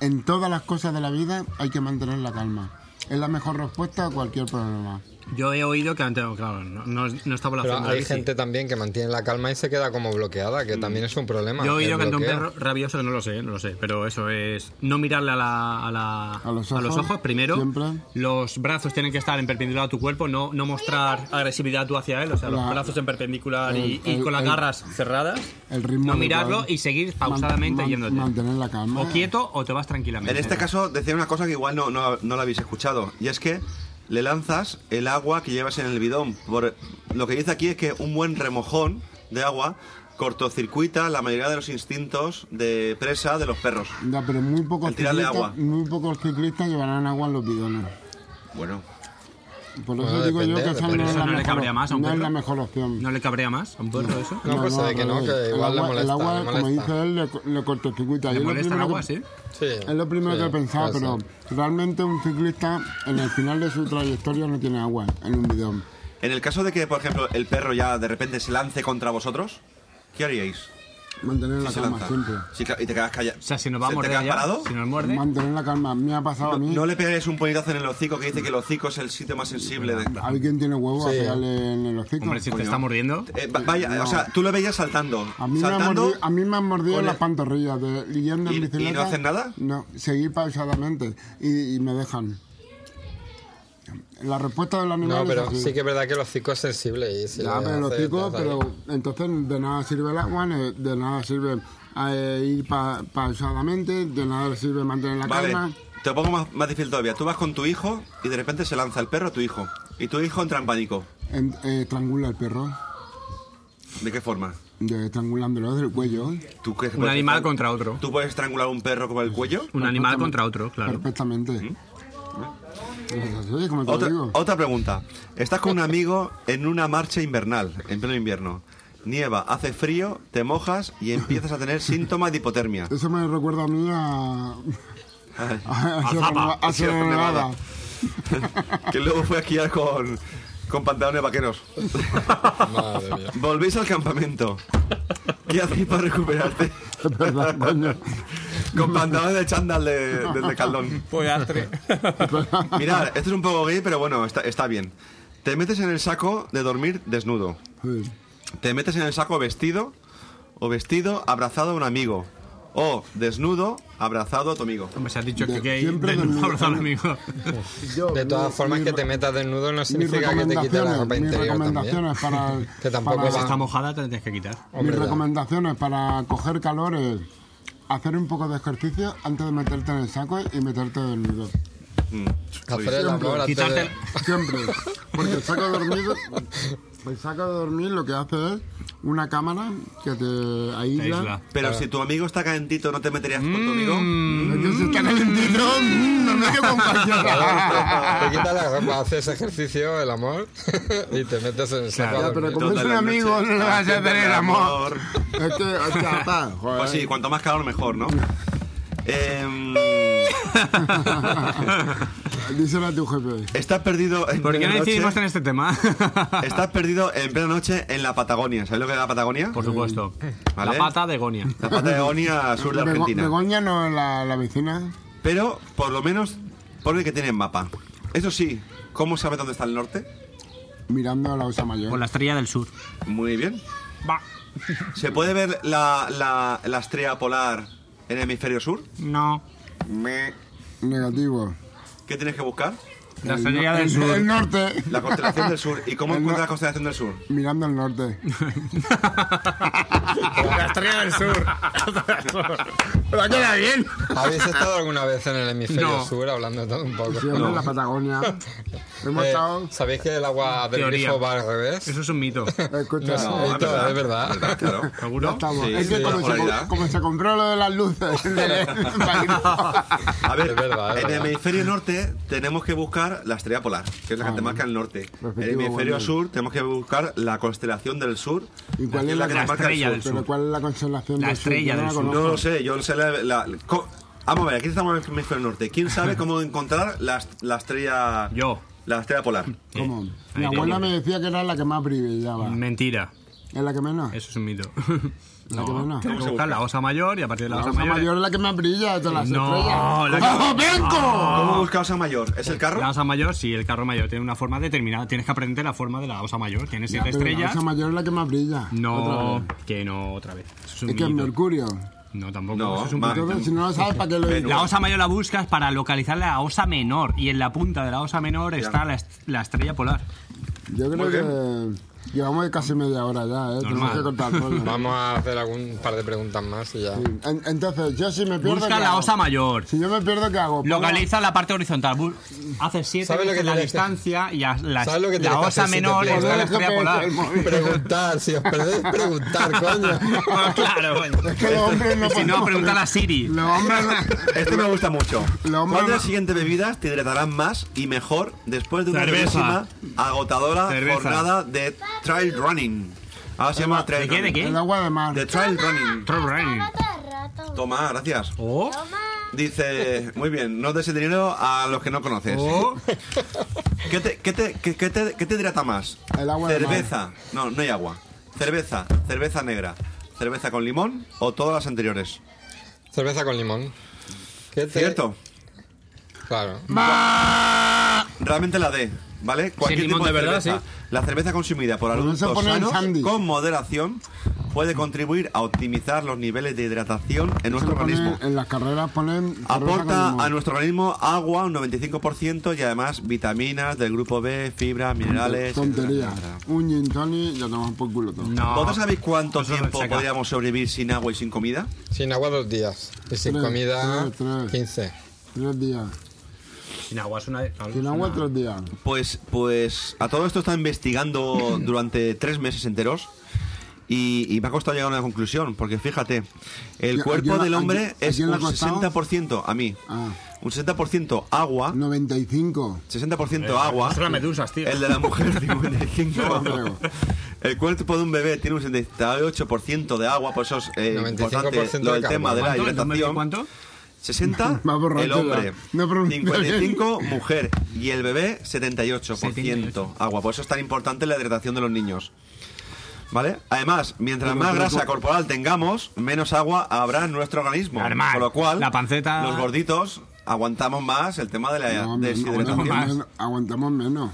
A: En todas las cosas de la vida hay que mantener la calma. Es la mejor respuesta a cualquier problema.
C: Yo he oído que antes, claro, no, no, no estaba la
D: Pero
C: zona
D: hay
C: bici.
D: gente también que mantiene la calma y se queda como bloqueada, que también es un problema.
C: Mm. Yo he oído
D: el
C: que ante un
D: bloqueo.
C: perro rabioso, que no lo sé, no lo sé, pero eso es no mirarle a, la- a la-
A: A los ojos,
C: primero.
A: siempre.
C: Los brazos tienen que estar en perpendicular a tu cuerpo, no, no mostrar agresividad tú hacia él, o sea, los
A: La-
C: brazos en perpendicular y,
A: el-
C: y con las
A: el-
C: garras cerradas.
A: el ritmo
C: No
A: adecuado.
C: mirarlo y seguir pausadamente
A: Man- man-
C: yéndote.
A: Mantener la calma.
C: O quieto o te vas tranquilamente.
B: En este caso, decía una cosa que igual no, no, no la habéis escuchado, y es que le lanzas el agua que llevas en el bidón. Por, lo que dice aquí es que un buen remojón de agua cortocircuita la mayoría de los instintos de presa de los perros.
A: Ya, pero muy pocos,
B: El tirarle
A: ciclistas,
B: agua.
A: muy pocos ciclistas llevarán agua en los bidones.
B: Bueno,
A: Por eso
D: Bueno,
A: digo yo que
D: depende,
A: esa no, es
D: depende.
C: Pero
A: la,
C: eso no le cabría
A: mejor,
C: más a un
A: no es
C: perro.
A: la mejor opción.
C: ¿No le cabría más a un perro eso?
D: No, pues se ve
A: al
D: que no,
A: revés.
D: que igual
A: el
D: le
A: agua, el
D: molesta,
A: agua,
D: le
A: como
D: molesta.
A: dice él, le, co- le cortocircuita.
C: ¿Le
A: Yo lo
C: molesta el
A: primero
C: agua,
A: que-
C: sí?
D: Sí,
A: Es lo primero
D: sí,
A: que he pensado,
D: puede
A: pero
D: ser.
A: realmente un ciclista en el final de su trayectoria no tiene agua en un bidón.
B: en el caso de que, por ejemplo, el perro ya de repente se lance contra vosotros, ¿qué haríais?
A: Mantener
B: Si
A: la
B: se
A: calma
B: lanza.
A: siempre.
B: Sí, claro, y te quedas callado.
C: O sea, si nos va a
B: ¿Te
C: morder
B: quedas
C: ya,
B: parado?
C: si nos muerde...
A: Mantener la calma. Me ha pasado a mí.
B: No le pegáis un puñetazo en el hocico que dice que el hocico es el sitio más sensible de...
A: Alguien tiene huevo a
D: Sí.
A: pegarle en el hocico.
C: Hombre, si te
B: Coño.
C: está mordiendo...
B: Eh, va- vaya, o sea, tú lo veías saltando.
A: A mí, me han
B: saltando
A: mordido, a mí me han mordido
B: con
A: las
B: el-
A: pantorrillas de y yendo
B: ¿Y- y
A: en
B: no
A: bicicleta.
B: hacen nada?
A: No, seguí pausadamente y, y me dejan. La respuesta del animal
D: No, pero
A: es así.
D: sí que es verdad que el hocico es sensible. Y si
A: Ya,
D: le
A: pero los
D: hace-
A: chicos,
D: te hace-
A: pero entonces de nada sirve el agua, ne- de nada sirve eh, ir pa- pausadamente, de nada sirve mantener la
B: Vale,
A: calma.
B: te lo pongo más, más difícil todavía. Tú vas con tu hijo y de repente se lanza el perro a tu hijo. Y tu hijo entra en pánico.
A: En- eh, estrangula el perro,
B: ¿De qué forma?
A: de, estrangulándolo del cuello, ¿eh?
B: ¿Tú qué-
C: Un animal contra otro.
B: ¿Tú puedes estrangular a un perro con el cuello?
C: Un animal contra otro, claro.
A: perfectamente. Es así, como te
B: Otra,
A: digo.
B: otra pregunta. Estás con un amigo en una marcha invernal, en pleno invierno. Nieva, hace frío, te mojas y empiezas a tener síntomas de hipotermia.
A: Eso me recuerda a mí a... A, a Sierra
C: Zapa.
A: Neva- a Sierra
B: Sierra Nevada.
A: Nevada.
B: que luego fue a esquiar con, con pantalones vaqueros.
D: Madre mía.
B: Volvéis al campamento. ¿Qué hacéis para recuperarte?
A: Es verdad, coño.
B: Con pantalones de chándal de, del de Caldón.
E: Pues astre.
B: Mirad, esto es un poco gay, pero bueno, está, está bien. Te metes en el saco de dormir desnudo.
A: Sí.
B: Te metes en el saco vestido o vestido abrazado a un amigo. O desnudo abrazado a tu amigo.
C: Hombre, se ha dicho
A: De-
C: que gay.
A: siempre
C: De nuevo,
A: desnudo.
C: abrazar al amigo.
A: Yo,
D: De todas
A: mi-
D: formas,
A: mi-
D: que te metas desnudo no
A: mis
D: significa que te quite la ropa
A: recomendaciones- mis
D: interior también. ¿eh?
A: recomendaciones para el-
D: Que tampoco
A: para-
D: va-
C: Está mojada, te la tienes que quitar.
D: Hombre,
A: mis
D: ya.
A: recomendaciones para coger calor es hacer un poco de ejercicio antes de meterte en el saco y meterte desnudo.
B: Mm,
D: Hacer el amor, hacer
C: Quitarte
D: el-
C: el-
A: Siempre. Porque el saco de dormir, el saco de dormir lo que hace es una cámara que te
C: Te
A: aísla.
C: aísla.
B: Pero si tu amigo está calentito, ¿no te meterías con tu amigo?
A: Es que si está calentito, mm, no me quedo con cualquiera.
D: Te quitas la ropa, haces ejercicio, el amor, y te metes en el saco.
A: Ya,
D: a
A: pero
D: dormir.
A: como es
B: Todas
A: pues un
B: las
A: amigo,
B: noches.
A: no le vas a
B: Haciendo
A: hacer el amor.
B: amor.
A: Es que, o sea, pa, joder.
B: Pues sí, cuanto más calor mejor, ¿no? Em,
A: Díselo a tu jefe.
B: estás perdido en
C: ¿Por qué no
B: plena
C: decidimos en
B: noche.
C: este tema?
B: Estás perdido en plena noche en la Patagonia. ¿Sabes lo que es la Patagonia?
C: Por supuesto.
B: Vale.
C: La pata de Gonia.
B: La Patagonia sur de
A: Bego-
B: Argentina.
A: Begoña no es la, la vecina.
B: Pero por lo menos pone que tienen mapa. Eso sí, ¿cómo sabes dónde está el norte?
A: Mirando a la Osa
C: Con
A: Mayor.
C: la estrella del sur.
B: Muy bien.
C: Va.
B: ¿Se puede ver la, la- la estrella polar en el hemisferio sur?
C: No.
B: Me.
A: Negativo.
B: ¿Qué tienes que buscar?
C: La
A: El
C: estrella
A: no-
C: del
A: el-
C: sur.
A: El norte.
B: La constelación del sur. ¿Y cómo
A: El
B: encuentras
A: no-
B: la constelación del sur?
A: Mirando al norte.
E: La estrella del sur.
C: Va a quedar bien.
D: ¿Habéis estado alguna vez en el hemisferio
C: No.
D: sur hablando de todo un poco?
A: Siempre en la Patagonia. Hemos
D: Eh,
A: estado.
D: ¿Sabéis que el agua del
C: Teoría.
D: grifo va al revés?
C: Eso es un mito.
A: Escucha,
D: No,
A: eh,
D: no,
B: es verdad.
D: es verdad.
B: Claro.
A: ya
C: ¿Seguro?
A: estamos.
B: Sí,
A: es que
B: sí,
A: como,
B: la
A: se, com-
B: polaridad.
A: como se compró lo de las luces.
B: A ver,
D: Es verdad, es
B: en el
D: verdad.
B: hemisferio norte tenemos que buscar la estrella polar, que es la que te marca el norte. En el
A: Efectivo,
B: hemisferio
A: bueno.
B: sur tenemos que buscar la constelación del sur.
A: ¿Y cuál
B: que
A: es la-
B: que
A: la
B: te marca el
C: estrella
B: sur.
C: del sur?
A: Pero ¿cuál es la constelación
C: La
A: del sur?
C: estrella
A: Yo
C: del
A: la
C: sur.
A: conozco.
B: No lo sé, yo no sé la... la- co- Vamos a ver, aquí estamos en el hemisferio norte. ¿Quién sabe cómo encontrar la, est- la estrella...
C: Yo.
B: La estrella polar.
A: ¿Cómo? Mi
C: Eh, Ahí
A: abuela
C: tengo.
A: me decía que era la que más brillaba.
C: Mentira.
A: ¿Es la que menos?
C: Eso es un mito.
A: La que menos.
C: Tengo que buscar la osa mayor y a partir de la,
A: La
C: osa,
A: Osa
C: mayor.
A: Mayor es la que más brilla de todas las
C: No, la
A: estrellas.
C: que-
A: ¡Ojo, blanco!
B: ¿Cómo buscar osa mayor? ¿Es el carro?
C: La osa mayor, sí, el carro mayor tiene una forma determinada. Tienes que aprender la forma de la osa mayor. Tiene
A: Ya,
C: siete
A: pero
C: estrellas.
A: La Osa Mayor es la que más brilla. Otra
C: No,
A: vez.
C: que no, otra vez. Eso es un
A: Es que es
C: mito.
A: Mercurio.
C: No, tampoco.
B: No,
C: eso es un
B: va.
C: mito.
A: Entonces, si no lo sabes, ¿para qué lo dices?
C: La osa mayor la buscas para localizar la osa menor. Y en la punta de la osa menor está la, est- la estrella polar.
A: Yo creo
B: Muy
A: que llevamos de casi media hora ya, ¿eh? Tenemos
C: Normal.
A: que cortar rollo.
D: Vamos a hacer algún par de preguntas más y ya.
A: En- Entonces, yo si me pierdo.
C: Busca
A: ¿qué
C: la
A: hago?
C: osa mayor.
A: Si yo me pierdo, ¿qué hago?
C: Localiza la parte horizontal. Bu- Haces siete
D: ¿Sabes lo
C: veces
D: que
C: la
D: tienes que-
C: distancia y a- la,
D: ¿Sabes lo que tienes
C: la
D: que
C: osa
D: hacer si te
C: menor
D: pierdes?
C: está la
A: Pongo-
C: estrella
A: Pongo
C: polar.
A: el móvil.
D: Preguntar, si os perdéis, preguntar, coño.
C: Bueno, claro, coño.
A: Es que los hombres no
C: Si no,
A: podemos-
C: pregunta a Siri.
A: Los hombres no-
B: Este me gusta mucho.
A: La hombre-
B: ¿Cuál de las siguientes bebidas te hidratarán más y mejor después de una
C: Cerveza.
B: durísima, agotadora
C: Cerveza.
B: jornada de trail running? Ahora se llama trail
C: ¿De qué? ¿De
B: running.
C: qué?
A: El agua de mar.
B: De trail running.
C: Troll Rain.
B: Toma, gracias.
C: Oh,
B: Dice, muy bien, no des el dinero a los que no conoces.
C: oh.
B: ¿Qué te, qué te- qué- qué te- qué te hidrata más?
A: El agua de mar.
B: cerveza. No, no hay agua. Cerveza, cerveza negra, cerveza con limón o todas las anteriores.
D: Cerveza con limón. ¿Qué te-
B: ¿Cierto?
D: Claro.
B: Realmente la D, ¿vale?
E: limón de verdad,
B: cerveza.
E: sí.
B: La cerveza consumida por
A: Por eso
B: adultos
A: ponen
B: sanos
A: Sandy.
B: con moderación puede contribuir a optimizar los niveles de hidratación en
A: Eso
B: nuestro
A: lo ponen-
B: organismo.
A: en las carreras ponen. cerveza con
B: Aporta
A: limón.
B: a nuestro organismo agua un 95% y además vitaminas del grupo B, fibras, minerales.
A: Tontería.
B: etcétera, etcétera.
A: Un gin tonic ya tomamos por culo todo.
C: No.
B: ¿Vosotros sabéis cuánto
C: Eso
B: tiempo
C: rechaca.
B: podríamos sobrevivir sin agua y sin comida?
D: Sin agua dos días. Y sin
A: Tres,
D: comida,
A: tres, tres.
D: 15.
A: Tres días.
C: Sin agua es una.
A: Sin agua, tres días.
B: Pues, pues a todo esto está investigando durante tres meses enteros y, y me ha costado llegar a una conclusión, porque fíjate, el
A: ¿A
B: cuerpo
A: quién la-
B: del
A: a
B: hombre
A: quién- a
B: es
A: quién le
B: un
A: ha costado?
B: 60% a mí,
A: Ah.
B: un 60% agua,
A: 95.
B: 60%
C: Eh,
B: agua,
C: Son las medusas, tío.
B: el de la mujer 55.
A: No creo.
B: El cuerpo de un bebé tiene un 78% de agua, por eso es eh,
D: 95%
B: importante lo
D: de
B: del tema de la
C: ¿Cuánto?
B: hidratación.
C: ¿Cuánto?
B: 60
A: Más borracho
B: el hombre,
A: ya. No preguntes.
B: 55 mujer y el bebé 78%,
C: 78.
B: agua. Por eso es tan importante la hidratación de los niños. ¿Vale? Además, mientras más grasa corporal tengamos, menos agua habrá en nuestro organismo.
C: Normal.
B: Con lo cual,
C: La panceta-
B: los gorditos aguantamos más el tema de la
A: No, hombre,
B: deshidratación.
A: aguantamos, menos, aguantamos menos.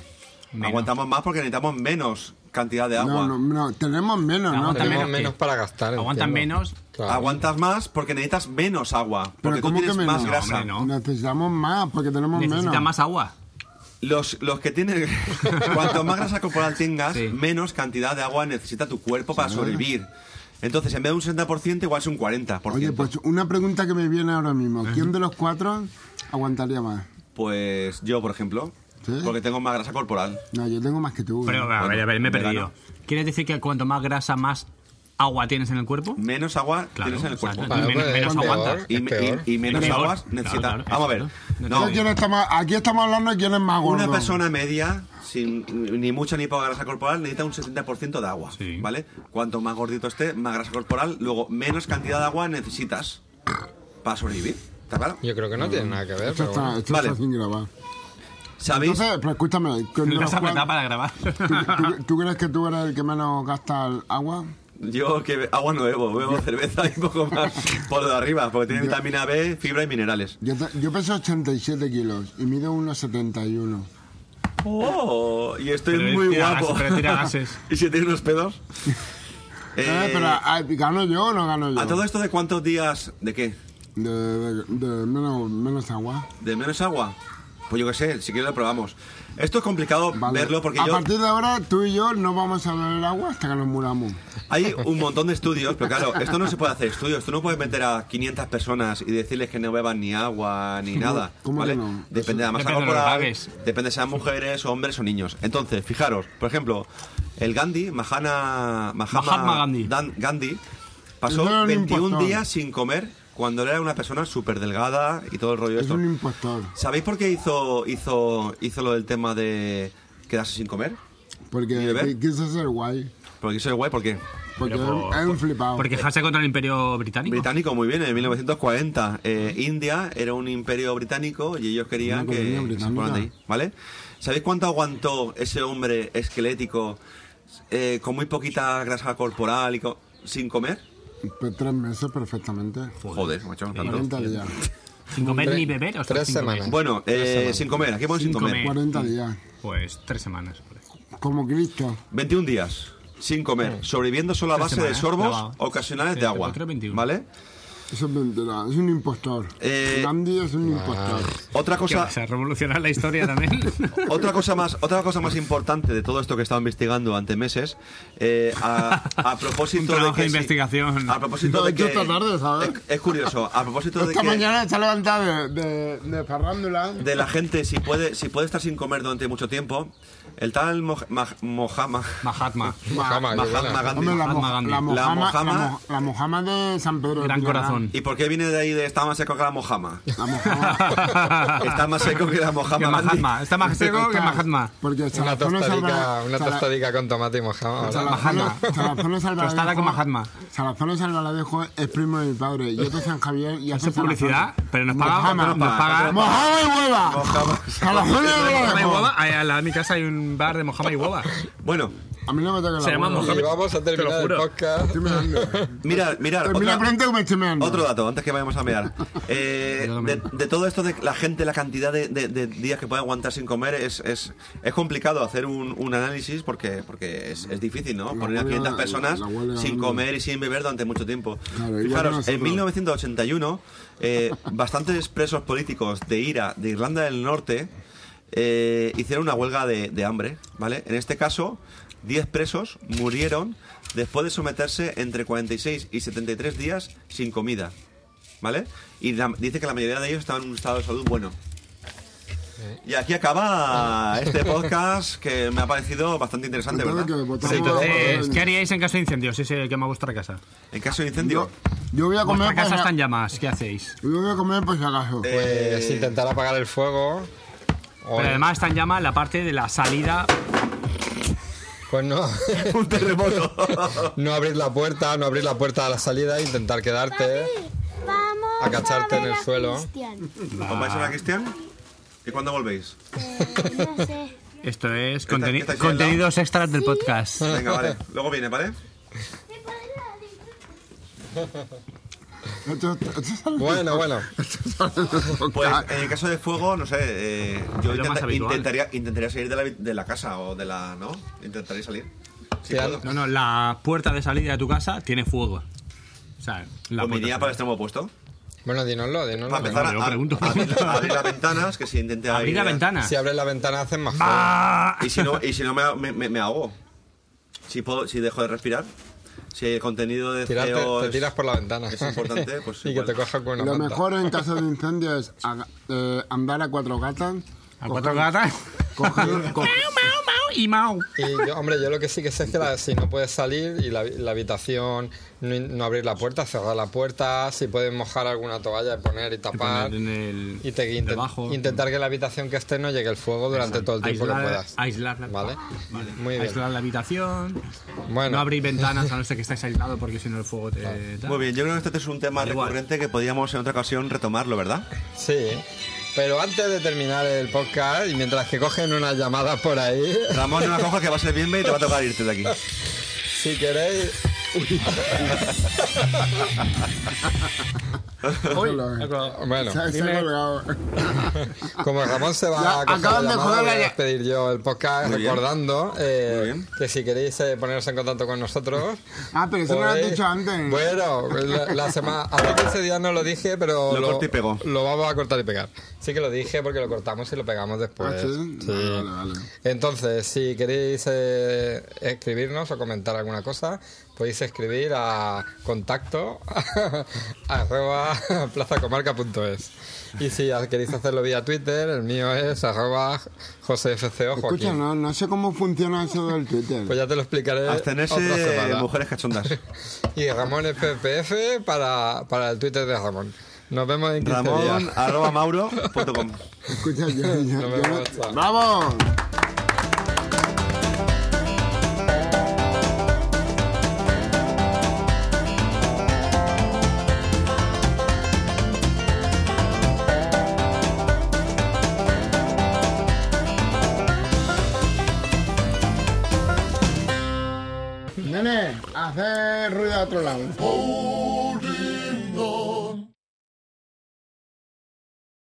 C: Menos.
B: Aguantamos más porque necesitamos menos cantidad de agua.
A: No, no, no, tenemos menos,
C: No,
A: ¿no? Tenemos-
C: aguanta
D: Tenemos
C: menos que-
D: menos para gastar.
C: aguantan
D: entiendo.
C: menos.
D: Claro.
B: Aguantas más porque necesitas menos agua. Porque tú
A: ¿cómo que
B: tienes
A: menos?
B: más
A: No,
B: grasa.
C: hombre, no.
A: Necesitamos más porque tenemos
C: Necesita
A: menos.
C: más agua.
B: Los, los que tienen. cuanto más grasa corporal tengas,
C: Sí.
B: menos cantidad de agua necesita tu cuerpo para sobrevivir. Entonces, en vez de un 60%, igual es un 40%.
A: Oye, pues una pregunta que me viene ahora mismo. ¿Quién de los cuatro aguantaría más?
B: Pues yo, por ejemplo,
A: ¿Sí?
B: porque tengo más grasa corporal.
A: No, yo tengo más que tú.
C: Pero, a ver, a ver, me he
B: Bueno,
C: perdido. ¿Quieres decir que cuanto más grasa, más agua tienes en el cuerpo?
B: Menos agua
C: Claro,
B: tienes en el
C: o sea,
B: cuerpo.
D: Claro,
C: menos,
D: pues,
C: menos
D: es peor.
C: aguantas.
B: Y,
D: es
B: me-
D: peor.
B: y- y menos
C: Es peor.
B: aguas necesita.
C: Claro, claro,
B: Vamos a ver.
C: exacto.
B: No,
A: Yo quiero estar más- Aquí estamos hablando de quién es más gordo.
B: una persona media, sin ni mucha ni poca grasa corporal, necesita un 70% de agua.
C: Sí.
B: ¿Vale? Cuanto más gordito esté, más grasa corporal, luego menos cantidad de agua necesitas para sobrevivir. ¿Está claro?
D: Yo creo que no tiene nada que ver,
A: Esto
D: pero
A: está,
D: bueno.
A: esto
B: Vale.
A: está sin grabar.
B: ¿Sabéis?
A: Entonces, pero escúchame. ¿quién de
C: Lo
A: los
C: has apretado
A: cuatro-
C: para grabar.
A: ¿tú, tú, tú crees que tú eres el que menos gasta el agua?
B: Yo que be- agua no bebo, bebo cerveza y poco más por lo de arriba, porque tiene vitamina B, fibra y minerales.
A: Yo, te- yo peso 87 kilos y mido 1,71.
B: ¡Oh! Y estoy
C: Pero
B: muy
C: tira
B: guapo.
C: gases, pero tira gases.
B: ¿Y si tiene unos pedos?
A: Eh,
B: Eh,
A: pero ah, ¿gano yo o no gano yo?
B: a todo esto de cuántos días, ¿de qué?
A: De, de- de menos, menos agua.
B: ¿De menos agua? Pues yo qué sé, si quieres lo probamos. Esto es complicado
A: Vale.
B: verlo porque
C: Ah,
A: a
B: yo...
A: partir de ahora tú y yo no vamos a beber agua hasta que nos muramos.
B: Hay un montón de estudios, pero claro, esto no se puede hacer estudios. Tú no puedes meter a 500 personas y decirles que no beban ni agua ni nada.
A: ¿Cómo
B: ¿vale?
A: que no?
B: Depende de la masa
C: Depende de los
B: corporal,
C: gagues.
B: depende si sean mujeres, hombres o niños. Entonces, fijaros, por ejemplo, el Gandhi, Mahana, Mahama-
C: Mahatma Gandhi.
B: Dan- Gandhi,
A: Era
B: pasó
A: un
B: 21
A: impostor.
B: días sin comer cuando era una persona súper delgada y todo el rollo
A: Es
B: esto.
A: un impostor.
B: ¿Sabéis por qué hizo, hizo, hizo lo del tema de quedarse sin comer? ¿Y
A: Porque
B: beber?
A: qui- quiso ser guay.
B: Porque soy guay, ¿por qué?
A: Porque
C: Pero por-
A: es un flipado.
C: Por quejarse contra el imperio británico.
B: Británico, muy bien, en 1940. Eh, India era un imperio británico y ellos querían
A: Una
B: que
A: colonia
B: se fueran de ahí,
A: británica.
B: ¿vale? ¿Sabéis cuánto aguantó ese hombre esquelético eh, con muy poquita grasa corporal y co- sin comer?
A: Pues Tres meses perfectamente.
B: Joder, macho, tanto.
A: 40 Pues, días.
C: Sin comer
D: Tres-
C: ni beber. O sea,
D: tres
C: sin comer.
D: semanas.
B: Bueno, eh, sin comer, aquí pongo sin,
C: Sin
B: comer.
C: comer.
A: 40 días.
C: Pues tres semanas. por ahí.
A: Como Cristo.
B: 21 días sin comer, sobreviviendo solo a
C: Eh, Tres
B: base de
C: semanas, Eh,
B: sorbos
C: clavado.
B: ocasionales de
C: Tres,
B: agua,
C: cuatro, 21.
B: ¿vale?
A: Eso es mentira. Es un impostor.
B: Eh,
A: Gandhi es un impostor.
C: Ah.
B: Otra
C: ¿Qué
B: cosa,
C: vas a revolucionar la historia también?
B: Otra cosa más, otra cosa más importante de todo esto que he estado investigando durante meses, eh, a, a propósito
C: Un trabajo
B: de que
C: de
B: sí,
C: investigación.
B: a propósito
A: No,
B: de
A: yo
B: que
A: esta tarde, ¿sabes?
B: Es, es curioso, a propósito de
A: Esta
B: que
A: mañana se ha levantado de, de, de farándula.
B: de la gente si puede si puede estar sin comer durante mucho tiempo, el tal Moj- Maj- Mojama
C: Mahatma.
D: Mahatma, qué
B: Mahatma
D: buena.
B: Gandhi.
A: Hombre, la,
C: Mahatma
A: mo-
C: Gandhi.
A: la,
C: La
A: mojama, la,
B: mojama-
A: mo- la mojama de San Pedro. de
C: Gran
A: Pinamar.
C: corazón.
B: ¿Y por qué viene de ahí de estaba más seco que la Mojama?
A: La mojama.
B: Está más seco que la
C: Ah. Que
B: Mojama. Gandhi.
C: Mahatma. Está más seco que
A: Total.
C: Mahatma.
A: Porque
D: Una
A: Salazón es
D: tostadica,
A: alba-
D: una
A: Sala-
D: tostadica con tomate y mojama.
A: Salazón-
D: ahora.
C: Mahatma.
A: Salazón es alba-
C: Tostada con Mahatma.
A: Salazón es albaladejo, es primo de mi padre. Y otro es San Javier y hace
C: Hace publicidad,
A: Salazón.
C: pero nos pagan.
A: Mojama.
C: Nos pagan.
A: ¡Mojama y hueva!
B: Mojama.
A: ¡Salazón y
C: Mojama y
A: albaladejo!
C: hueva. Ahí al lado de mi casa hay un bar de mojama y hueva.
B: Bueno,
A: A mí no me toca la
C: Se llama
A: hueva.
C: mojama.
D: Y vamos a
C: Te lo
D: terminar el
C: juro.
D: podcast. eh,
A: Estoy meando.
B: mirad, mirad.
A: Mira
B: otra-
A: pronto que me estoy meando.
B: Otro dato, antes que vayamos a mear. Eh, de, de todo esto de la gente, la cantidad de, de- de días que puede aguantar sin comer, es, es, es complicado hacer un, un análisis porque, porque es, es difícil, ¿no?
A: La
B: Poner a
A: huelga-
B: 500 personas
A: la huelga
B: sin
A: grande.
B: comer y sin beber durante mucho tiempo.
A: Claro, igual que
B: Fijaros,
A: nosotros.
B: en 1981, eh, bastantes presos políticos de IRA, de Irlanda del Norte, eh, hicieron una huelga de, de hambre, ¿vale? En este caso, 10 presos murieron después de someterse entre 46 y 73 días sin comida, ¿vale? Y la- dice que la mayoría de ellos estaban en un estado de salud bueno. Y aquí acaba este podcast que me ha parecido bastante interesante,
A: Entonces,
B: ¿verdad?
A: Pues que votamos-
C: Entonces, ¿qué haríais en caso de incendio? Si se quema vuestra casa.
B: En caso de
A: Yo,
B: incendio,
A: yo voy a comer por
C: Vuestra casa
A: si
C: está en
A: ac-
C: llamas. ¿Qué hacéis?
A: yo voy a comer por si acaso.
B: eh,
D: Pues intentar apagar el fuego. o-
C: Pero además está en llamas la parte de la salida.
D: Pues no.
B: un terremoto.
D: No abrir la puerta, no abrir la puerta a la salida, intentar quedarte.
F: Vamos
D: Agacharte
F: a
D: en
F: ver
D: el
F: a
D: suelo.
F: Cristian.
C: Ah.
B: ¿Os vais a ver a Cristian? ¿Y cuándo volvéis?
F: Eh, no sé.
C: Esto es
B: ¿Qué está-
C: conteni-
B: qué está haciendo?
C: contenidos extras del podcast.
B: Venga, vale. Luego viene, ¿vale?
A: Esto- esto sale-
D: Bueno, bueno.
A: esto sale de boca.
B: Pues
C: eh,
B: en el caso de fuego, no sé, eh, yo
C: Lo
B: intenta-
C: más habitual.
B: intentaría, intentaría salir de la, vi- de la casa o de la... ¿no? Intentaría salir. Si
D: Te han-
B: puedo.
C: No, no, la puerta de salida de tu casa tiene fuego. O sea, la
B: O Pues me iría
C: puerta.
B: para el extremo opuesto.
D: Bueno, dínoslo, dínoslo.
B: Para empezar a,
C: yo pregunto.
B: a- a abrir, a abrir las ventanas, que si intenté
C: Abrir la ventana.
D: Si abres la ventana hacen más frío.
C: ¡Ah!
B: Y si no, y si no me, me- me- me ahogo. Si, puedo, si dejo de respirar. Si el contenido de
D: Tirarte-
B: CO
D: te
B: es-
D: tiras por la ventana.
B: es importante, pues,
D: y
B: igual.
D: que te cojan con una
A: Lo
C: eh,
D: manta.
A: mejor en caso de incendio es aga- eh, andar a cuatro gatas.
C: A cuatro gatas.
A: Coger, co-
C: ¡Mau, mau y mau!
D: Y yo, hombre, yo lo que sí que sé es que la- si no puedes salir y la, la habitación, no, no abrir la puerta, cerrar la puerta, si puedes mojar alguna toalla y poner y tapar.
C: Poner en el-
D: Y te, inten-
C: debajo.
D: intentar que la habitación que estés no llegue el fuego durante todo el tiempo
C: Aislar-
D: que puedas.
C: aislar la-
D: ¿Vale? Muy bien.
C: Aislar la habitación.
D: Bueno.
C: No abrir ventanas a no ser que estés aislado porque si no el fuego te. tal.
B: Muy bien, yo creo que este es un tema
C: Igual.
B: recurrente que podríamos en otra ocasión retomarlo, ¿verdad?
D: Sí. Pero antes de terminar el podcast, y mientras que cogen unas llamadas por ahí,
B: Ramón, no la cojas que va a ser bien y te va a tocar irte de aquí.
D: si queréis, bueno,
A: se- se ha colgado.
D: Como Ramón se va
A: Ya,
D: a coger la
A: acaban de
D: llamada,
A: joder la
D: voy a
A: ya-
D: despedir yo el podcast
B: Muy bien.
D: recordando eh,
B: Muy bien.
D: que si queréis eh, poneros en contacto con nosotros.
A: Ah, pero eso no lo has
D: podéis-
A: dicho antes.
D: Bueno, la, la semana. Hace 15 días no lo dije, pero.
B: Lo corté y pegó.
D: Lo vamos a cortar y pegar. Sí que lo dije porque lo cortamos y lo pegamos
A: Ah,
D: después.
A: sí.
D: Sí.
A: Vale, vale, vale.
D: Entonces, si queréis eh, escribirnos o comentar alguna cosa, podéis escribir a contacto arroba plazacomarca.es. Y si queréis hacerlo vía Twitter, el mío es arroba josefco
A: Escucha,
D: Joaquín.
A: no, no sé cómo funciona eso del Twitter.
D: Pues ya te lo explicaré otra
B: Abstenerse
D: semana.
B: mujeres cachondas.
D: Y Ramón es PPF para, para el Twitter de Ramón. Nos vemos en 15
B: Ramón,
D: días.
B: arroba mauro.com.
A: Escucha, yo, yo-
D: Nos
A: yo-
D: vemos, chao.
A: ¡Bravo! Nene, hace ruido a otro lado.